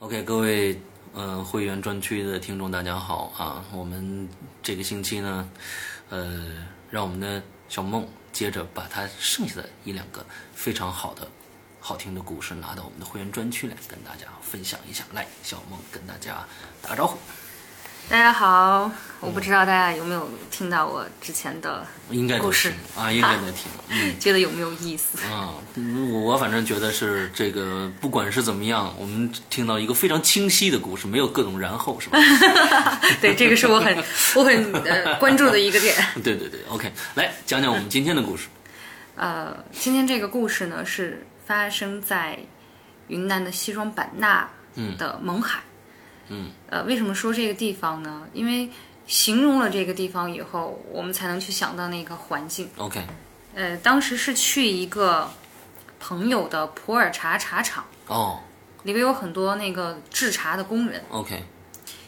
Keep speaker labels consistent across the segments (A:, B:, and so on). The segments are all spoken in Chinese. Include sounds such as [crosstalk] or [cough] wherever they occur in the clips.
A: OK，各位，呃，会员专区的听众，大家好啊！我们这个星期呢，呃，让我们的小梦接着把他剩下的一两个非常好的、好听的故事拿到我们的会员专区来跟大家分享一下。来，小梦跟大家打个招呼。
B: 大家好，我不知道大家有没有听到我之前的，
A: 应该能
B: 故
A: 听
B: 事
A: 啊，应该能听。嗯
B: 觉得有没有
A: [laughs]
B: 意思？
A: 啊，嗯我我反正觉得是这个，不管是怎么样，我们听到一个非常清晰的故事，没有各种然后，
B: [laughs]
A: 是吧？
B: 对，这个是我很我很呃关注的一个点。
A: 对对对，OK，来讲讲我们今天的故事。
B: 呃，今天这个故事呢是发生在云南的西双版纳的勐海。
A: 嗯，
B: 呃，为什么说这个地方呢？因为形容了这个地方以后，我们才能去想到那个环境。
A: OK，
B: 呃，当时是去一个朋友的普洱茶茶厂，
A: 哦
B: 里边有很多那个制茶的工人。
A: ，OK，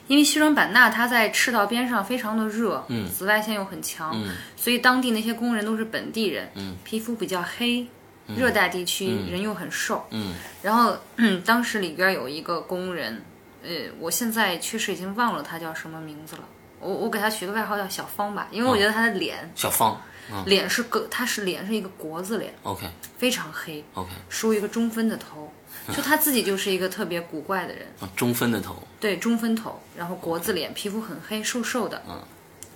B: 因为西双版纳它在赤道边上非常的热，嗯，紫外线又很强，
A: 嗯
B: 所以当地那些工人都是本地人，嗯，皮肤比较黑，热带地区人又很瘦，
A: 嗯
B: 然后、 [clears throat] 嗯、当时里边有一个工人，呃，我现在确实已经忘了他叫什么名字了，我我给他取个外号叫小芳吧，因为我觉得他的脸、
A: 小芳，嗯
B: 脸是个他是脸是一个国字脸，
A: ，OK
B: 非常黑，
A: OK，
B: 梳一个中分的头，就他自己就是一个特别古怪的人。
A: 啊中分的头，
B: 对，中分头，然后国字脸，皮肤很黑，瘦瘦的，
A: 嗯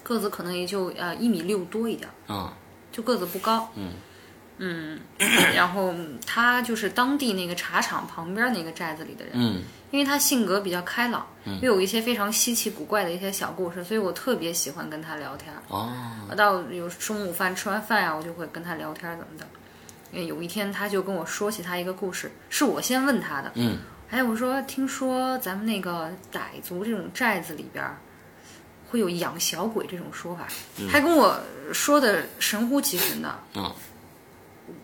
B: 个子可能也就呃一米六多一点儿，
A: 嗯
B: 就个子不高，
A: 嗯
B: 嗯 [clears throat] 然后他就是当地那个茶厂旁边那个寨子里的人，
A: 嗯
B: 因为他性格比较开朗，又有一些非常稀奇古怪的一些小故事，所以我特别喜欢跟他聊天儿。
A: 哦
B: 到有中午饭吃完饭呀、我就会跟他聊天儿怎么的。嗯有一天他就跟我说起他一个故事，是我先问他的，
A: 嗯
B: 哎，我说，听说咱们那个傣族这种寨子里边儿会有养小鬼这种说法，还跟我说的神乎其神的。
A: 嗯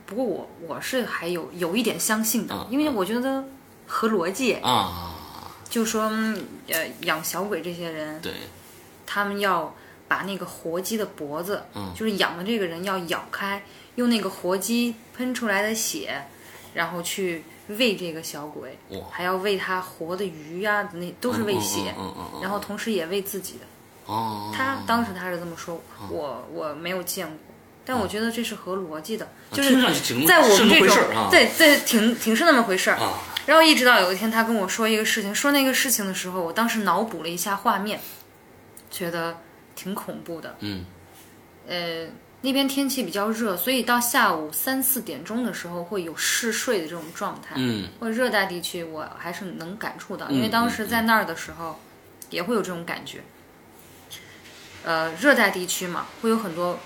B: 不过我我是还有有一点相信的
A: 嗯，
B: 因为我觉得合逻辑，
A: 啊，
B: 就说嗯呃养小鬼这些人，
A: 对，
B: 他们要把那个活鸡的脖子，
A: 嗯
B: 就是养的这个人要咬开，用那个活鸡喷出来的血，然后去喂这个小鬼
A: 哇，
B: 还要喂他活的鱼呀、那都是喂血，
A: 嗯嗯嗯，
B: 然后同时也喂自己的。
A: 哦，
B: 他当时他是这么说，
A: 嗯
B: 我我没有见过。但我觉得这是合逻辑的，就是
A: 听上去挺
B: 在我们
A: 嗯啊是那么
B: 这
A: 回
B: 种
A: 事儿啊
B: 对对，挺挺是那么回事儿。
A: 啊
B: 然后一直到有一天，他跟我说一个事情，说那个事情的时候，我当时脑补了一下画面，觉得挺恐怖的。
A: 嗯
B: 呃，那边天气比较热，所以到下午三四点钟的时候会有嗜睡的这种状态。
A: 嗯
B: 或者热带地区，我还是能感触到，
A: 嗯
B: 因为当时在那儿的时候，也会有这种感觉。呃，热带地区嘛，会有很多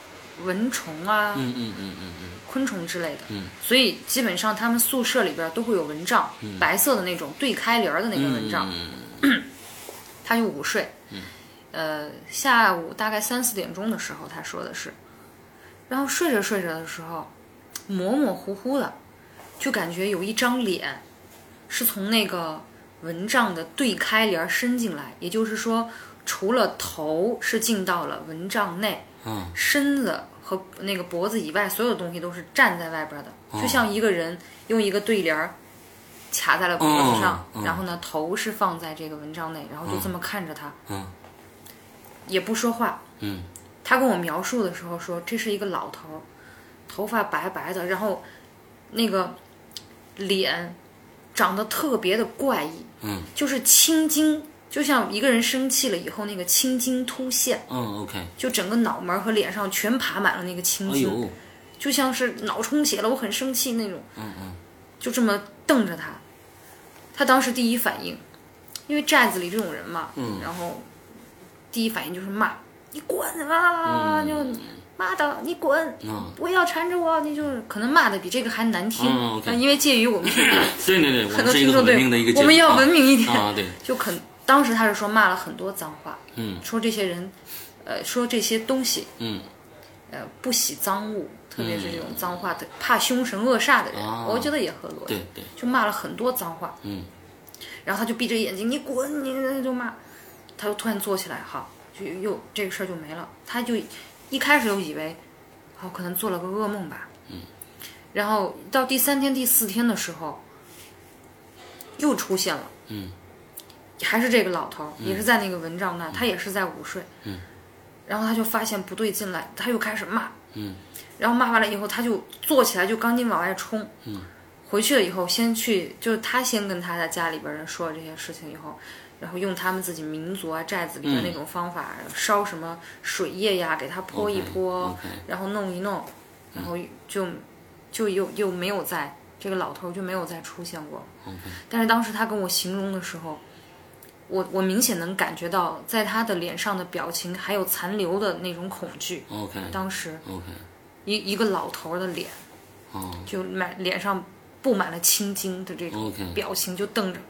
B: 蚊虫啊、
A: 嗯嗯嗯嗯嗯，
B: 昆虫之类的，
A: 嗯
B: 所以基本上他们宿舍里边都会有蚊帐，
A: 嗯
B: 白色的那种对开帘儿的那个蚊帐，他就午睡。呃，下午大概三四点钟的时候，他说的是，然后睡着睡着的时候，模模糊糊的，就感觉有一张脸是从那个蚊帐的对开帘儿伸进来，也就是说，除了头是进到了蚊帐内，
A: 嗯
B: 身子和那个脖子以外，所有的东西都是站在外边的，
A: 嗯
B: 就像一个人用一个对联儿卡在了脖子上，
A: 嗯嗯
B: 然后呢头是放在这个蚊帐内，然后就这么看着他，
A: 嗯
B: 也不说话。
A: 嗯
B: 他跟我描述的时候说，这是一个老头儿，头发白白的，然后那个脸长得特别的怪异，
A: 嗯
B: 就是青筋，就像一个人生气了以后那个青筋突现，
A: 嗯，OK，
B: 就整个脑门儿和脸上全爬满了那个青
A: 哎
B: 筋。
A: 呦，
B: 就像是脑充血了，我很生气那种，
A: 嗯嗯
B: 就这么瞪着他。他当时第一反应，因为寨子里这种人嘛，
A: 嗯
B: 然后第一反应就是骂你滚啊，就骂的你滚，
A: 嗯，
B: 不要缠着我，你就是可能骂的比这个还难听，
A: 嗯，OK
B: 但因为介于我们
A: 对对对，我
B: 很
A: 们
B: 多
A: 是一
B: 听
A: 个
B: 众
A: 文明的一个
B: 对，我们要文明一点，
A: 啊，对，
B: 就肯当时他是说骂了很多脏话，
A: 嗯
B: 说这些人，呃，说这些东西，
A: 嗯
B: 呃不喜脏物，特别是这种脏话的、怕凶神恶煞的人，
A: 啊
B: 我觉得也合逻辑
A: 对，对，
B: 就骂了很多脏话，
A: 嗯
B: 然后他就闭着眼睛，你滚，你就骂，他就突然坐起来，好，就又这个事儿就没了，他就一开始就以为，哦，可能做了个噩梦吧，嗯，然后到第三天、第四天的时候，又出现了，
A: 嗯
B: 还是这个老头儿，也是在那个蚊帐那儿，他也是在午睡。
A: 嗯。
B: 然后他就发现不对劲来，他又开始骂。
A: 嗯。
B: 然后骂完了以后，他就坐起来，就赶紧往外冲。
A: 嗯。
B: 回去了以后，先去就是他先跟他在家里边人说了这些事情以后，然后用他们自己民族啊寨子里
A: 嗯
B: 边那种方法、烧什么水液呀，给他泼一
A: OK，嗯
B: 泼
A: OK
B: 然后弄一弄，然后就就又又没有再这个老头儿就没有再出现过。
A: OK，
B: 但是当时他跟我形容的时候，我我明显能感觉到，在他的脸上的表情还有残留的那种恐惧。
A: OK，
B: 当时
A: OK，
B: 一一个老头儿的脸，
A: 哦
B: 就满脸上布满了青筋的这种
A: ，OK，
B: 表情，就瞪着。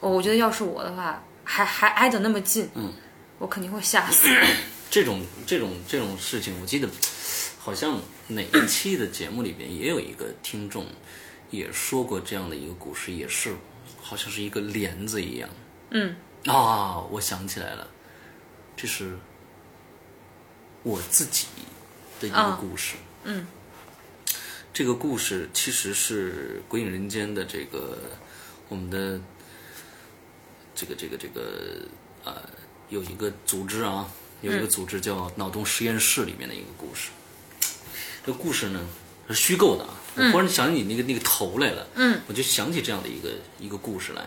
B: 哦，我觉得要是我的话，还还挨得那么近，
A: 嗯
B: 我肯定会吓死。
A: 这种这种这种事情，我记得好像哪一期的节目里边也有一个听众也说过这样的一个故事，也是好像是一个帘子一样
B: 嗯，
A: 啊，我想起来了，这是我自己的一个
B: 啊
A: 故事。
B: 嗯，
A: 这个故事其实是《鬼影人间》的这个我们的这个这个这个呃有一个组织啊，有一
B: 嗯
A: 个组织叫脑洞实验室里面的一个故事。这个故事呢是虚构的啊，我忽然想起你那个那个头来了，
B: 嗯，
A: 我就想起这样的一个一个故事来，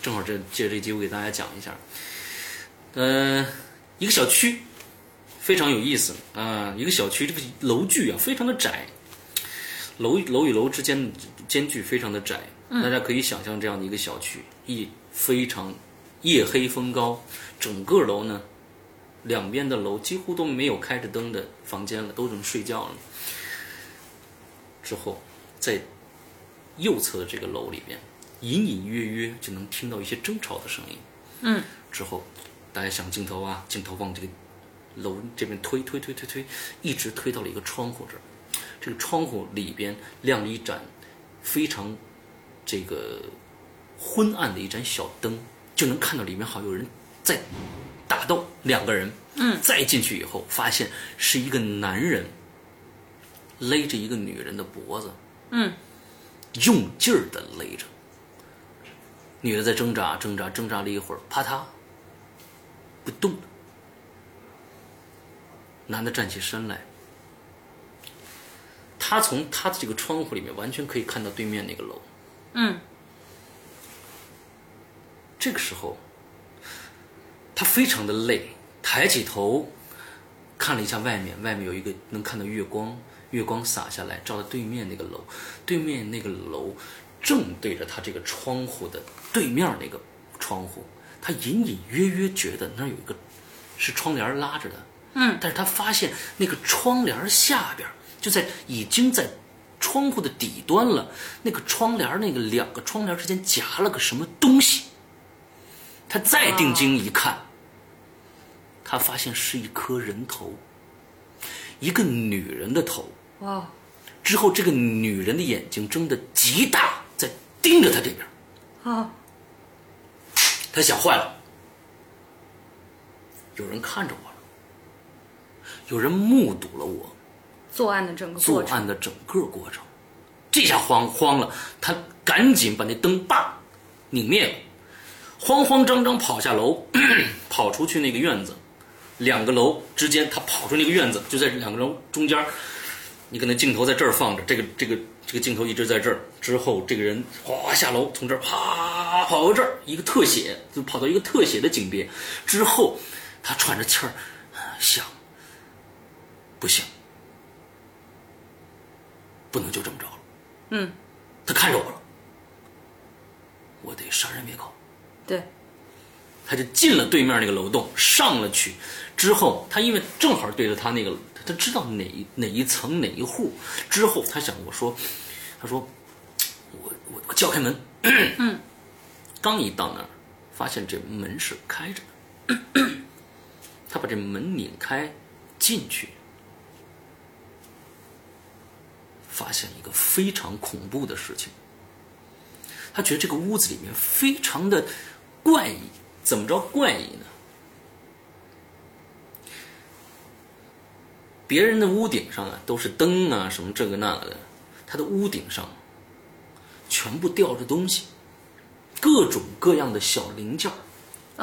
A: 正好这借这机会给大家讲一下。呃，一个小区非常有意思啊、一个小区这个楼距啊非常的窄，楼楼与楼之间间距非常的窄，大家可以想象这样的一个小区，一非常夜黑风高，整个楼呢两边的楼几乎都没有开着灯的房间了，都能睡觉了。之后，在右侧的这个楼里边，隐隐约约就能听到一些争吵的声音。
B: 嗯，
A: 之后大家想镜头啊，镜头往这个楼这边推推推推推，一直推到了一个窗户这儿。这个窗户里边亮了一盏非常这个昏暗的一盏小灯，就能看到里面好像有人在打斗，两个人。嗯，再进去以后，发现是一个男人勒着一个女人的脖子。
B: 嗯，
A: 用劲儿的勒着。女的在挣扎，挣扎，挣扎了一会儿，啪嗒，不动了。男的站起身来，他从他的这个窗户里面完全可以看到对面那个楼。
B: 嗯，
A: 这个时候，他非常的累，抬起头看了一下外面，外面有一个能看到月光，月光洒下来照到对面那个楼，对面那个楼正对着他这个窗户的对面那个窗户，他隐隐约约觉得那儿有一个是窗帘拉着的，
B: 嗯，
A: 但是他发现那个窗帘下边儿就在已经在窗户的底端了，那个窗帘儿那个两个窗帘儿之间夹了个什么东西，他再定睛一看，他发现是一颗人头，一个女人的头。
B: 哇，
A: 之后，这个女人的眼睛睁得极大，在盯着他这边儿。
B: 啊，
A: 他想坏了，有人看着我了，有人目睹了我
B: 作案的整个
A: 作
B: 过程，
A: 案的整个过程。这下慌慌了，他赶紧把那灯叭拧灭了，慌慌张张跑下楼， [clears throat] 咳咳跑出去那个院子，两个楼之间，他跑出那个院子，就在两个楼中间儿。你可能镜头在这儿放着，这个这个这个镜头一直在这儿。之后这个人哗下楼，从这儿啪跑到这儿，一个特写就跑到一个特写的景别。之后他喘着气儿呃想，不行，不能就这么着了。
B: 嗯，
A: 他看着我了，我得杀人灭口。
B: 对，
A: 他就进了对面那个楼栋，上了去之后，他因为正好对着他那个，他知道哪一哪一层哪一户。之后他想，我说，他说，我我我叫开门，嗯， [clears throat] 刚一到那儿，发现这门是开着的，他把这门拧开进去，发现一个非常恐怖的事情。他觉得这个屋子里面非常的怪异，怎么着怪异呢？别人的屋顶上啊都是灯啊什么这个那个的，他的屋顶上全部吊着东西，各种各样的小零件儿，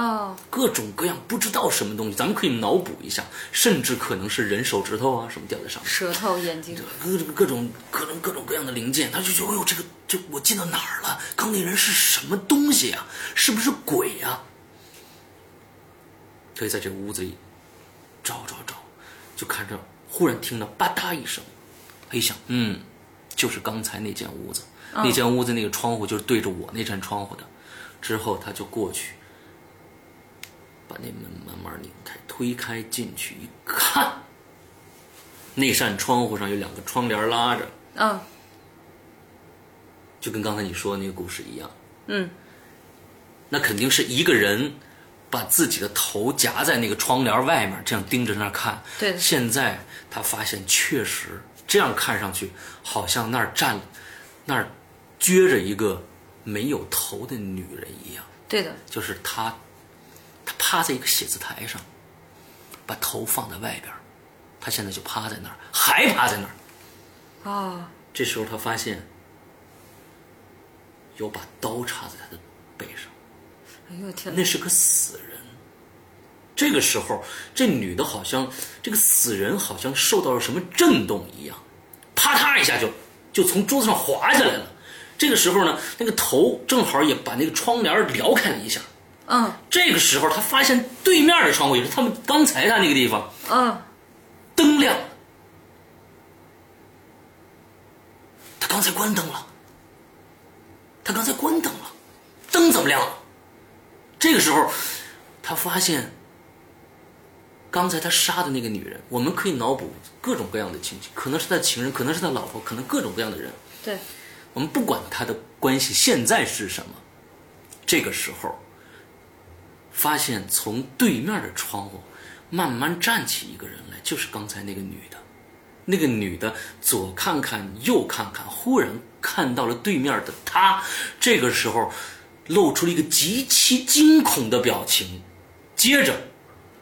B: 哦，
A: 各种各样不知道什么东西，咱们可以脑补一下，甚至可能是人手指头啊什么掉在上面，
B: 舌头、眼睛，
A: 各种各种各种各种各样的零件，他就觉得哎呦这个这我进到哪儿了？刚那人是什么东西啊？是不是鬼呀、所以在这个屋子里找找找，就看着忽然听到吧嗒一声，他一想，嗯，就是刚才那间屋子，那间屋子那个窗户就是对着我那扇窗户的。之后他就过去，把那门慢慢拧开，推开进去一看，那扇窗户上有两个窗帘拉着，
B: 嗯
A: 就跟刚才你说的那个故事一样，
B: 嗯，
A: 那肯定是一个人把自己的头夹在那个窗帘外面，这样盯着那儿看。
B: 对
A: 现在他发现确实这样看上去，好像那儿站，那儿撅着一个没有头的女人一样，
B: 对的，
A: 就是他，他趴在一个写字台上，把头放在外边儿，他现在就趴在那儿，还趴在那儿。
B: 哦，
A: 这时候他发现有把刀插在他的背上。
B: 哎呦天哪，
A: 那是个死人。这个时候，这女的好像这个死人好像受到了什么震动一样，啪嗒一下就就从桌子上滑下来了。这个时候呢，那个头正好也把那个窗帘撩开了一下。
B: 嗯
A: 这个时候，她发现对面的窗户，也就是他们刚才她那个地方
B: 嗯，
A: 灯亮了。她刚才关灯了，她刚才关灯了，灯怎么亮了？这个时候，他发现刚才他杀的那个女人，我们可以脑补各种各样的情景，可能是他的情人，可能是他老婆，可能各种各样的人。
B: 对，
A: 我们不管他的关系现在是什么，这个时候，发现从对面的窗户慢慢站起一个人来，就是刚才那个女的。那个女的左看看右看看，忽然看到了对面的他，这个时候露出了一个极其惊恐的表情，接着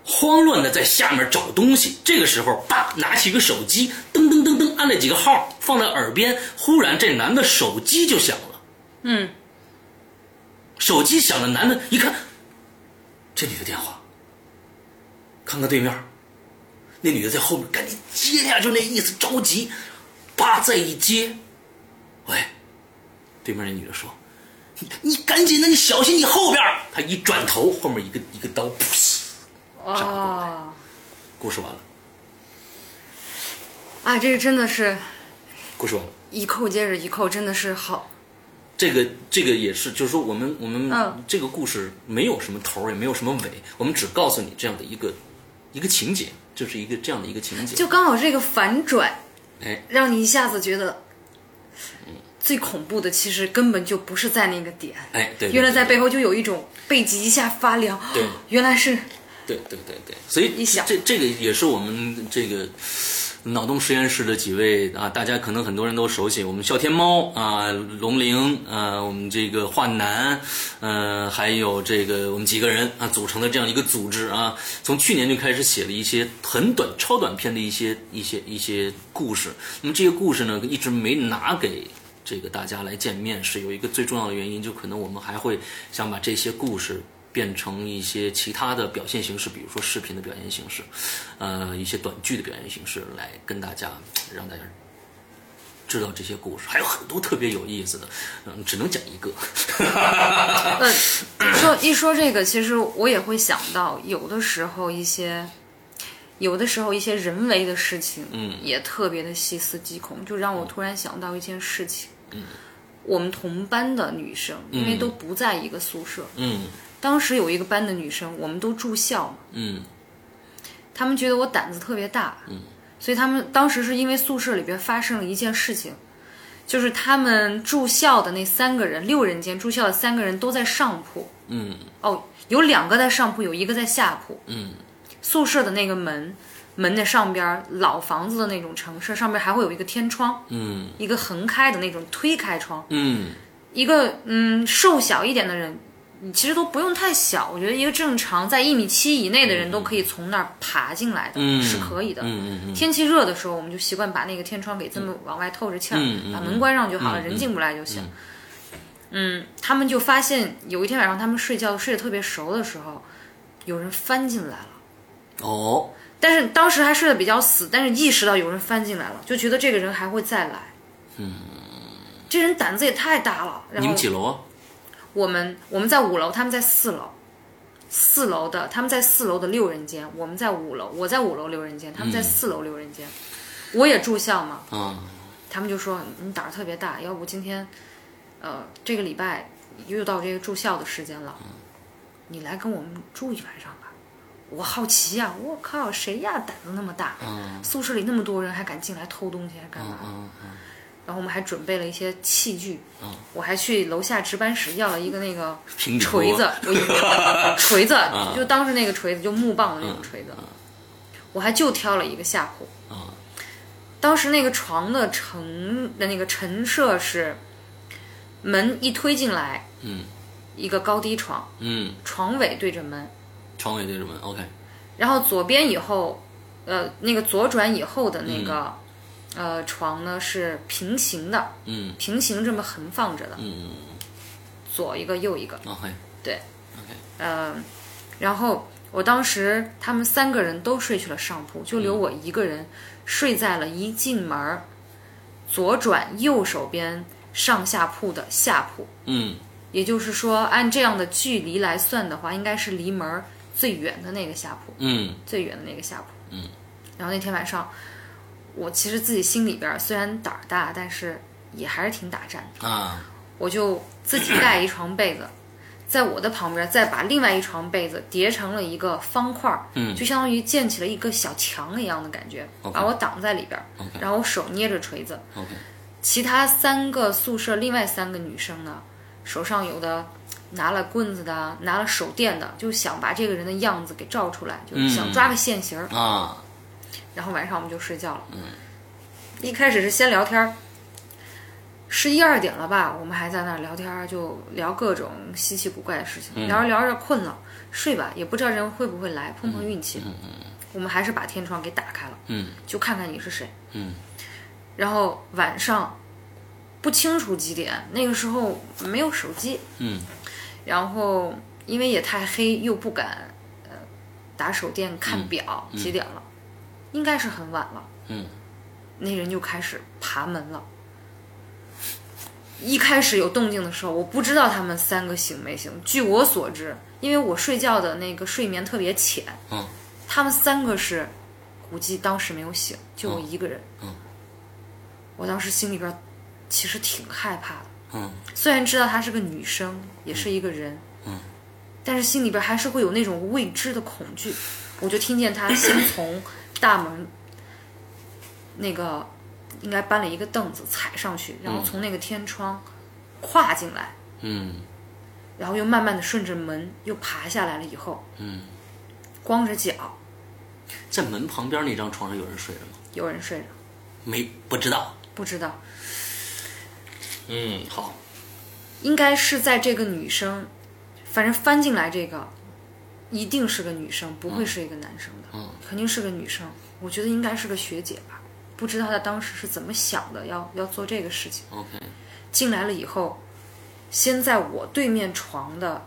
A: 慌乱的在下面找东西。这个时候，爸拿起一个手机，噔噔噔噔按了几个号，放在耳边。忽然，这男的手机就响了。
B: 嗯，
A: 手机响了，男的一看，这女的电话，看看对面，那女的在后面，赶紧接呀，就那意思着急。爸再一接，喂，对面那女的说：“你你赶紧的，你小心你后边儿。”他一转头，后面一个一个刀，噗扎过
B: 哦，
A: 故事完了，
B: 啊，这个真的是
A: 故事完了。
B: 一扣接着一扣，真的是好，
A: 这个这个也是，就是说我们我们、
B: 嗯
A: 这个故事没有什么头儿，也没有什么尾，我们只告诉你这样的一个一个情节，就是一个这样的一个情节。
B: 就刚好这个反转，
A: 哎，
B: 让你一下子觉得。最恐怖的其实根本就不是在那个点，
A: 哎对对
B: 原来
A: 对
B: 在背后就有一种背脊一下发凉，
A: 对
B: 原来是
A: 对对对对，所以
B: 一想
A: 这这个也是我们这个脑洞实验室的几位啊，大家可能很多人都熟悉，我们笑天猫啊、龙玲啊，我们这个幻南，呃，还有这个我们几个人啊组成的这样一个组织啊，从去年就开始写了一些很短、超短篇的一些一些一些故事。那么这些故事呢，一直没拿给。这个大家来见面是有一个最重要的原因，就可能我们还会想把这些故事变成一些其他的表现形式，比如说视频的表现形式，呃，一些短剧的表现形式来跟大家让大家知道这些故事，还有很多特别有意思的，嗯，只能讲一个。
B: 呃，说一说这个，其实我也会想到，有的时候一些，有的时候一些人为的事情，嗯，也特别的细思极恐，就让我突然想到一件事情，嗯，我们同班的女生，因为都不在一个宿舍，
A: 嗯
B: 当时有一个班的女生，我们都住校嘛，
A: 嗯
B: 他们觉得我胆子特别大，嗯，所以他们当时是因为宿舍里边发生了一件事情，就是他们住校的那三个人，六人间住校的三个人都在上铺，
A: 嗯
B: 哦，有两个在上铺，有一个在下铺。
A: 嗯
B: 宿舍的那个门，门的上边儿老房子的那种城市，上面还会有一个天窗，
A: 嗯
B: 一个横开的那种推开窗。
A: 嗯
B: 一个嗯瘦小一点的人，你其实都不用太小，我觉得一个正常在一米七以内的人都可以从那儿爬进来的，
A: 嗯
B: 是可以的。
A: 嗯嗯
B: 天气热的时候，我们就习惯把那个天窗给这么往外透着气儿，
A: 嗯嗯
B: 把门关上就好了，
A: 嗯
B: 人进不来就行。嗯，他们就发现有一天晚上他们睡觉睡得特别熟的时候，有人翻进来了。
A: 哦，
B: 但是当时还睡得比较死，但是意识到有人翻进来了，就觉得这个人还会再来。嗯，这人胆子也太大了。然
A: 你
B: 后
A: 们几楼啊？
B: 我们我们在五楼，他们在四楼。四楼的他们在四楼的六人间，我们在五楼，我在五楼六人间，他们在四楼六人间。我也住校嘛，
A: 嗯，
B: 他们就说你胆儿特别大，要不今天，呃，这个礼拜又到这个住校的时间了，你来跟我们住一晚上吧。我好奇呀、我靠，谁呀胆子那么大？宿舍里那么多人还敢进来偷东西，还干嘛？然后我们还准备了一些器具，我还去楼下值班室要了一个那个
A: 平底锅 [laughs]
B: 锤子，我锤子
A: 啊
B: 就当时那个锤子，就木棒的那种锤子，我还就挑了一个下铺。
A: 啊
B: 当时那个床的陈的那个陈设是，门一推进来，
A: 嗯，
B: 一个高低床，
A: 嗯，
B: 床尾对着门，
A: 床尾对着门，OK，
B: 然后左边以后，呃，那个左转以后的那个，呃，床呢是平行的，
A: 嗯
B: 平行这么横放着的，
A: 嗯
B: 左一个右一个，
A: 嗯，OK，
B: 对
A: ，OK，
B: 呃，然后我当时他们三个人都睡去了上铺，就留我一个人睡在了一进门儿左转右手边上下铺的下铺，
A: 嗯
B: 也就是说，按这样的距离来算的话，应该是离门儿最远的那个下铺，
A: 嗯
B: 最远的那个下铺。
A: 嗯。
B: 然后那天晚上，我其实自己心里边儿虽然胆儿大，但是也还是挺打战的。
A: 啊，
B: 我就自己盖一床被子，在我的旁边再把另外一床被子叠成了一个方块儿，
A: 嗯
B: 就相当于建起了一个小墙一样的感觉，
A: OK
B: 把我挡在里边儿
A: OK
B: 然后我手捏着锤子。
A: ，OK，
B: 其他三个宿舍另外三个女生呢，手上有的拿了棍子的，拿了手电的，就想把这个人的样子给照出来，
A: 嗯
B: 就是想抓个现行儿。
A: 啊，
B: 然后晚上我们就睡觉了。一开始是先聊天儿，十一二点了吧，我们还在那儿聊天儿，就聊各种稀奇古怪的事情。聊着聊着困了，睡吧，也不知道人会不会来，碰碰运气。我们还是把天窗给打开了，
A: 嗯
B: 就看看你是谁。
A: 嗯
B: 然后晚上不清楚几点，那个时候没有手机，
A: 嗯
B: 然后因为也太黑，又不敢呃打手电看表、几点了，应该是很晚了。
A: 嗯，
B: 那人就开始爬门了。一开始有动静的时候，我不知道他们三个醒没醒。据我所知，因为我睡觉的那个睡眠特别浅，
A: 嗯
B: 他们三个是估计当时没有醒，就我一个人。
A: 嗯
B: 我当时心里边其实挺害怕的，
A: 嗯
B: 虽然知道她是个女生，也是一个人，
A: 嗯
B: 但是心里边还是会有那种未知的恐惧。我就听见她先从大门那个应该搬了一个凳子踩上去，然后从那个天窗跨进来，
A: 嗯
B: 然后又慢慢的顺着门又爬下来了，以后
A: 嗯，
B: 光着脚，
A: 在门旁边那张床上有人睡着吗？
B: 有人睡着，
A: 没，不知道。
B: 不知道，
A: 嗯，好，
B: 应该是在这个女生，反正翻进来这个，一定是个女生，不会是一个男生的，
A: 嗯
B: 肯定是个女生。我觉得应该是个学姐吧，不知道她当时是怎么想的，要要做这个事情。
A: ，OK，
B: 进来了以后，先在我对面床的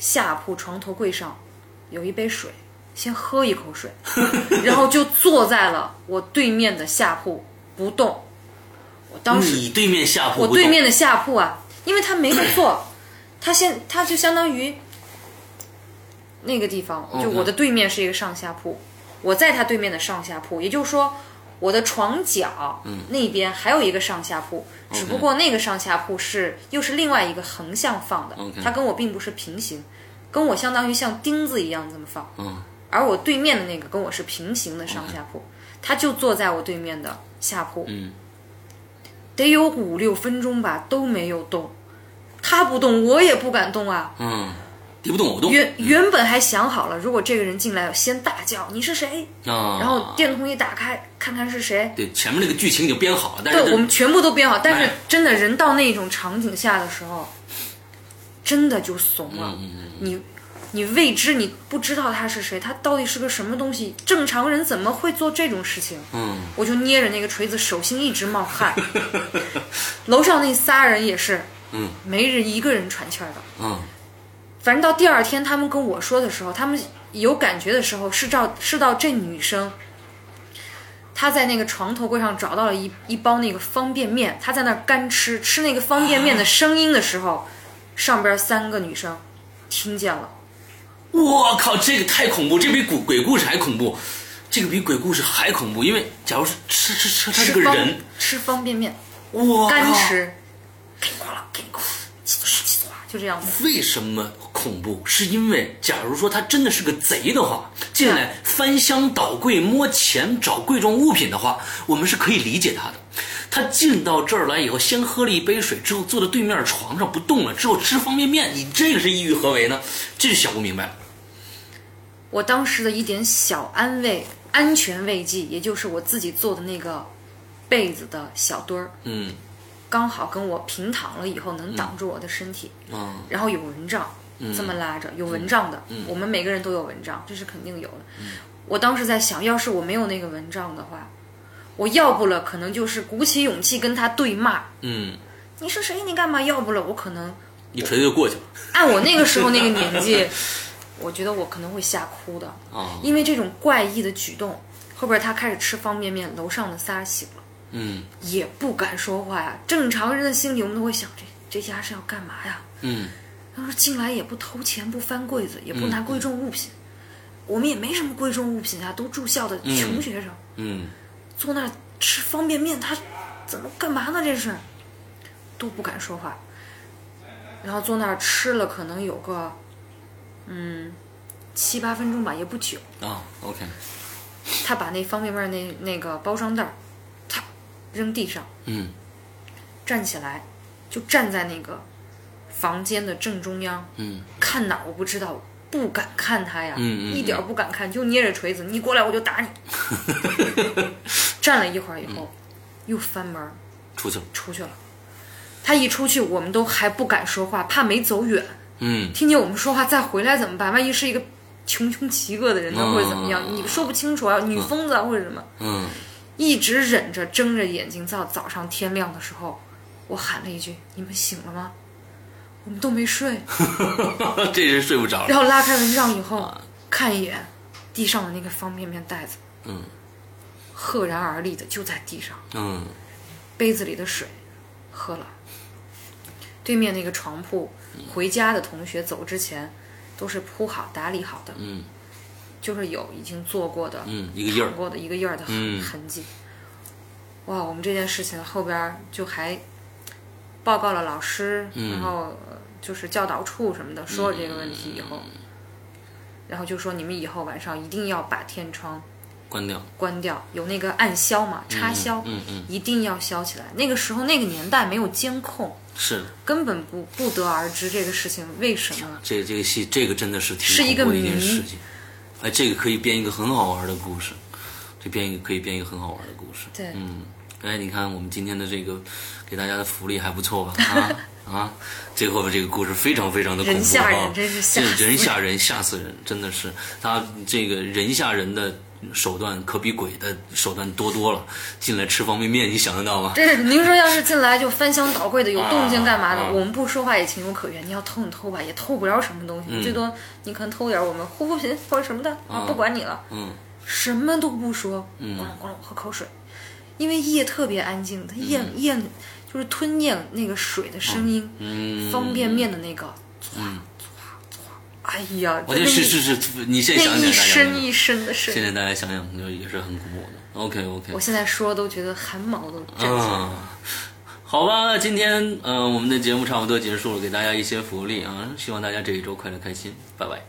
B: 下铺床头柜上有一杯水，先喝一口水，然后就坐在了我对面的下铺不动。我当时
A: 你对面下铺
B: 我
A: 不动，
B: 对面的下铺啊，因为他没得坐， [coughs] 他先他就相当于那个地方，
A: 哦
B: 就我的对面是一个上下铺，我在他对面的上下铺，也就是说我的床角
A: 嗯
B: 那边还有一个上下铺，只不过那个上下铺是又是另外一个横向放的
A: OK，
B: 它跟我并不是平行，跟我相当于像钉子一样这么放，
A: 嗯
B: 而我对面的那个跟我是平行的上下铺，他就坐在我对面的下铺，
A: 嗯
B: 得有五六分钟吧，都没有动。他不动，我也不敢动啊。
A: 嗯，敌不动我不动
B: 原原本还想好了，如果这个人进来，先大叫你是谁，
A: 啊，
B: 然后电筒一打开，看看是谁。
A: 对前面那个剧情已经编好了，但是
B: 对，
A: 这
B: 我们全部都编好，但是
A: 哎
B: 真的人到那种场景下的时候，真的就怂了。你你未知，你不知道他是谁，他到底是个什么东西？正常人怎么会做这种事情？
A: 嗯
B: 我就捏着那个锤子，手心一直冒汗。楼上那仨人也是，
A: 嗯
B: 没人一个人喘气儿的。
A: 嗯
B: 反正到第二天，他们跟我说的时候，他们有感觉的时候，是到是到这女生，她在那个床头柜上找到了一一包那个方便面，她在那儿干吃，吃那个方便面的声音的时候，上边三个女生听见了，
A: 我靠，这个太恐怖，这比鬼鬼故事还恐怖，这个比鬼故事还恐怖，因为假如是吃吃吃他这个
B: 吃方
A: 人，
B: 吃方便面
A: 我
B: 干
A: 靠，
B: 吃，给你挂了，给你挂了，叽唰叽唰，就这样子。
A: 为什么恐怖？是因为假如说他真的是个贼的话，进来翻箱倒柜摸钱找贵重物品的话，我们是可以理解他的。他进到这儿来以后，先喝了一杯水，之后坐在对面床上不动了，之后吃方便面，你这个是意欲何为呢？这就想不明白了。
B: 我当时的一点小安慰、安全慰藉，也就是我自己做的那个被子的小墩儿，
A: 嗯
B: 刚好跟我平躺了以后能挡住我的身体，
A: 啊
B: 然后有蚊帐，这么拉着有蚊帐的，我们每个人都有蚊帐，这是肯定有的。我当时在想，要是我没有那个蚊帐的话，我要不了可能就是鼓起勇气跟他对骂，
A: 嗯，
B: 你是谁？你干嘛？要不了我可能
A: 一锤子就过去了
B: 按我那个时候那个年纪，我觉得我可能会吓哭的。
A: 啊。
B: 因为这种怪异的举动，后边他开始吃方便面，楼上的仨醒了，
A: 嗯
B: 也不敢说话呀。正常人的心里，我们都会想，这这家是要干嘛呀？
A: 嗯
B: 他说进来也不偷钱，不翻柜子，也不拿贵重物品，我们也没什么贵重物品啊，都住校的穷学生，
A: 嗯
B: 坐那儿吃方便面，他怎么干嘛呢？这是都不敢说话，然后坐那儿吃了可能有个嗯七八分钟吧，也不久。
A: 啊，OK，
B: 他把那方便面那那个包装袋儿，啪扔地上，
A: 嗯
B: 站起来，就站在那个房间的正中央，
A: 嗯
B: 看哪儿我不知道，不敢看他呀，
A: 嗯嗯嗯
B: 一点儿不敢看，就捏着锤子，你过来我就
A: [laughs]
B: 打你。站了一会儿以
A: 嗯
B: 后，又翻门儿
A: 出去了。
B: 出去了。他一出去，我们都还不敢说话，怕没走远，
A: 嗯
B: 听见我们说话再回来怎么办？万一是一个穷凶极恶的人呢，
A: 嗯
B: 或者怎么样？你说不清楚啊，女疯子啊，或者什么。
A: 嗯
B: 一直忍着，睁着眼睛到早上天亮的时候，我喊了一句：“你们醒了吗？”我们都没睡。
A: 这人睡不着了。
B: 然后拉开蚊帐以后，看一眼地上的那个方便面袋子，
A: 嗯
B: 赫然而立的就在地上，
A: 嗯
B: 杯子里的水喝了。对面那个床铺，回家的同学走之前都是铺好、打理好的，
A: 嗯
B: 就是有已经做过的、
A: 嗯，一个印儿
B: 捅。过的一个印儿的痕
A: 嗯
B: 痕迹。哇，我们这件事情后边儿就还报告了老师，
A: 嗯
B: 然后呃就是教导处什么的，说了这个问题以后，然后就说你们以后晚上一定要把天窗
A: 关掉。
B: 关掉，有那个暗销嘛，插销，
A: 嗯嗯，
B: 一定要销起来。那个时候那个年代没有监控，
A: 是
B: 根本不不得而知这个事情为什么。
A: 这这个戏，这个真的是挺
B: 是一个
A: 恐怖的
B: 谜
A: 件事情。哎，这个可以编一个很好玩的故事，这编一个可以编一个很好玩的故事。
B: 对
A: 嗯，哎，你看我们今天的这个给大家的福利还不错吧？啊啊，最后的这个故事非常非常的恐怖
B: 人吓人
A: 啊
B: 真是吓
A: 这
B: 死
A: 人
B: 人
A: 吓人吓死人，真的是他这个人吓人的。手段可比鬼的手段多多了，进来吃方便面，你想得到吗？
B: 这是您说，要是进来就翻箱倒柜的，有动静干嘛的？
A: 啊啊
B: 我们不说话也情有可原。你要偷你偷吧，也偷不了什么东西，
A: 嗯
B: 最多你可能偷点我们护肤品或者什么的啊，不管你了，
A: 嗯
B: 什么都不说，咣啷咣啷喝口水，因为夜特别安静，它咽咽就是吞咽那个水的声音，
A: 嗯，
B: 方便面的那个唰唰唰，哎呀，
A: 我觉得
B: 那
A: 是
B: 一
A: 是是，你现在想想，
B: 那
A: 大
B: 一
A: 家有
B: 身
A: 没有
B: 一身的
A: 现
B: 水，
A: 在大家想想，就也是很恐怖的。OK OK，
B: 我现在说都觉得汗毛都站起来了。
A: 啊，好吧，今天呃我们的节目差不多结束了，给大家一些福利啊，希望大家这一周快乐开心，拜拜。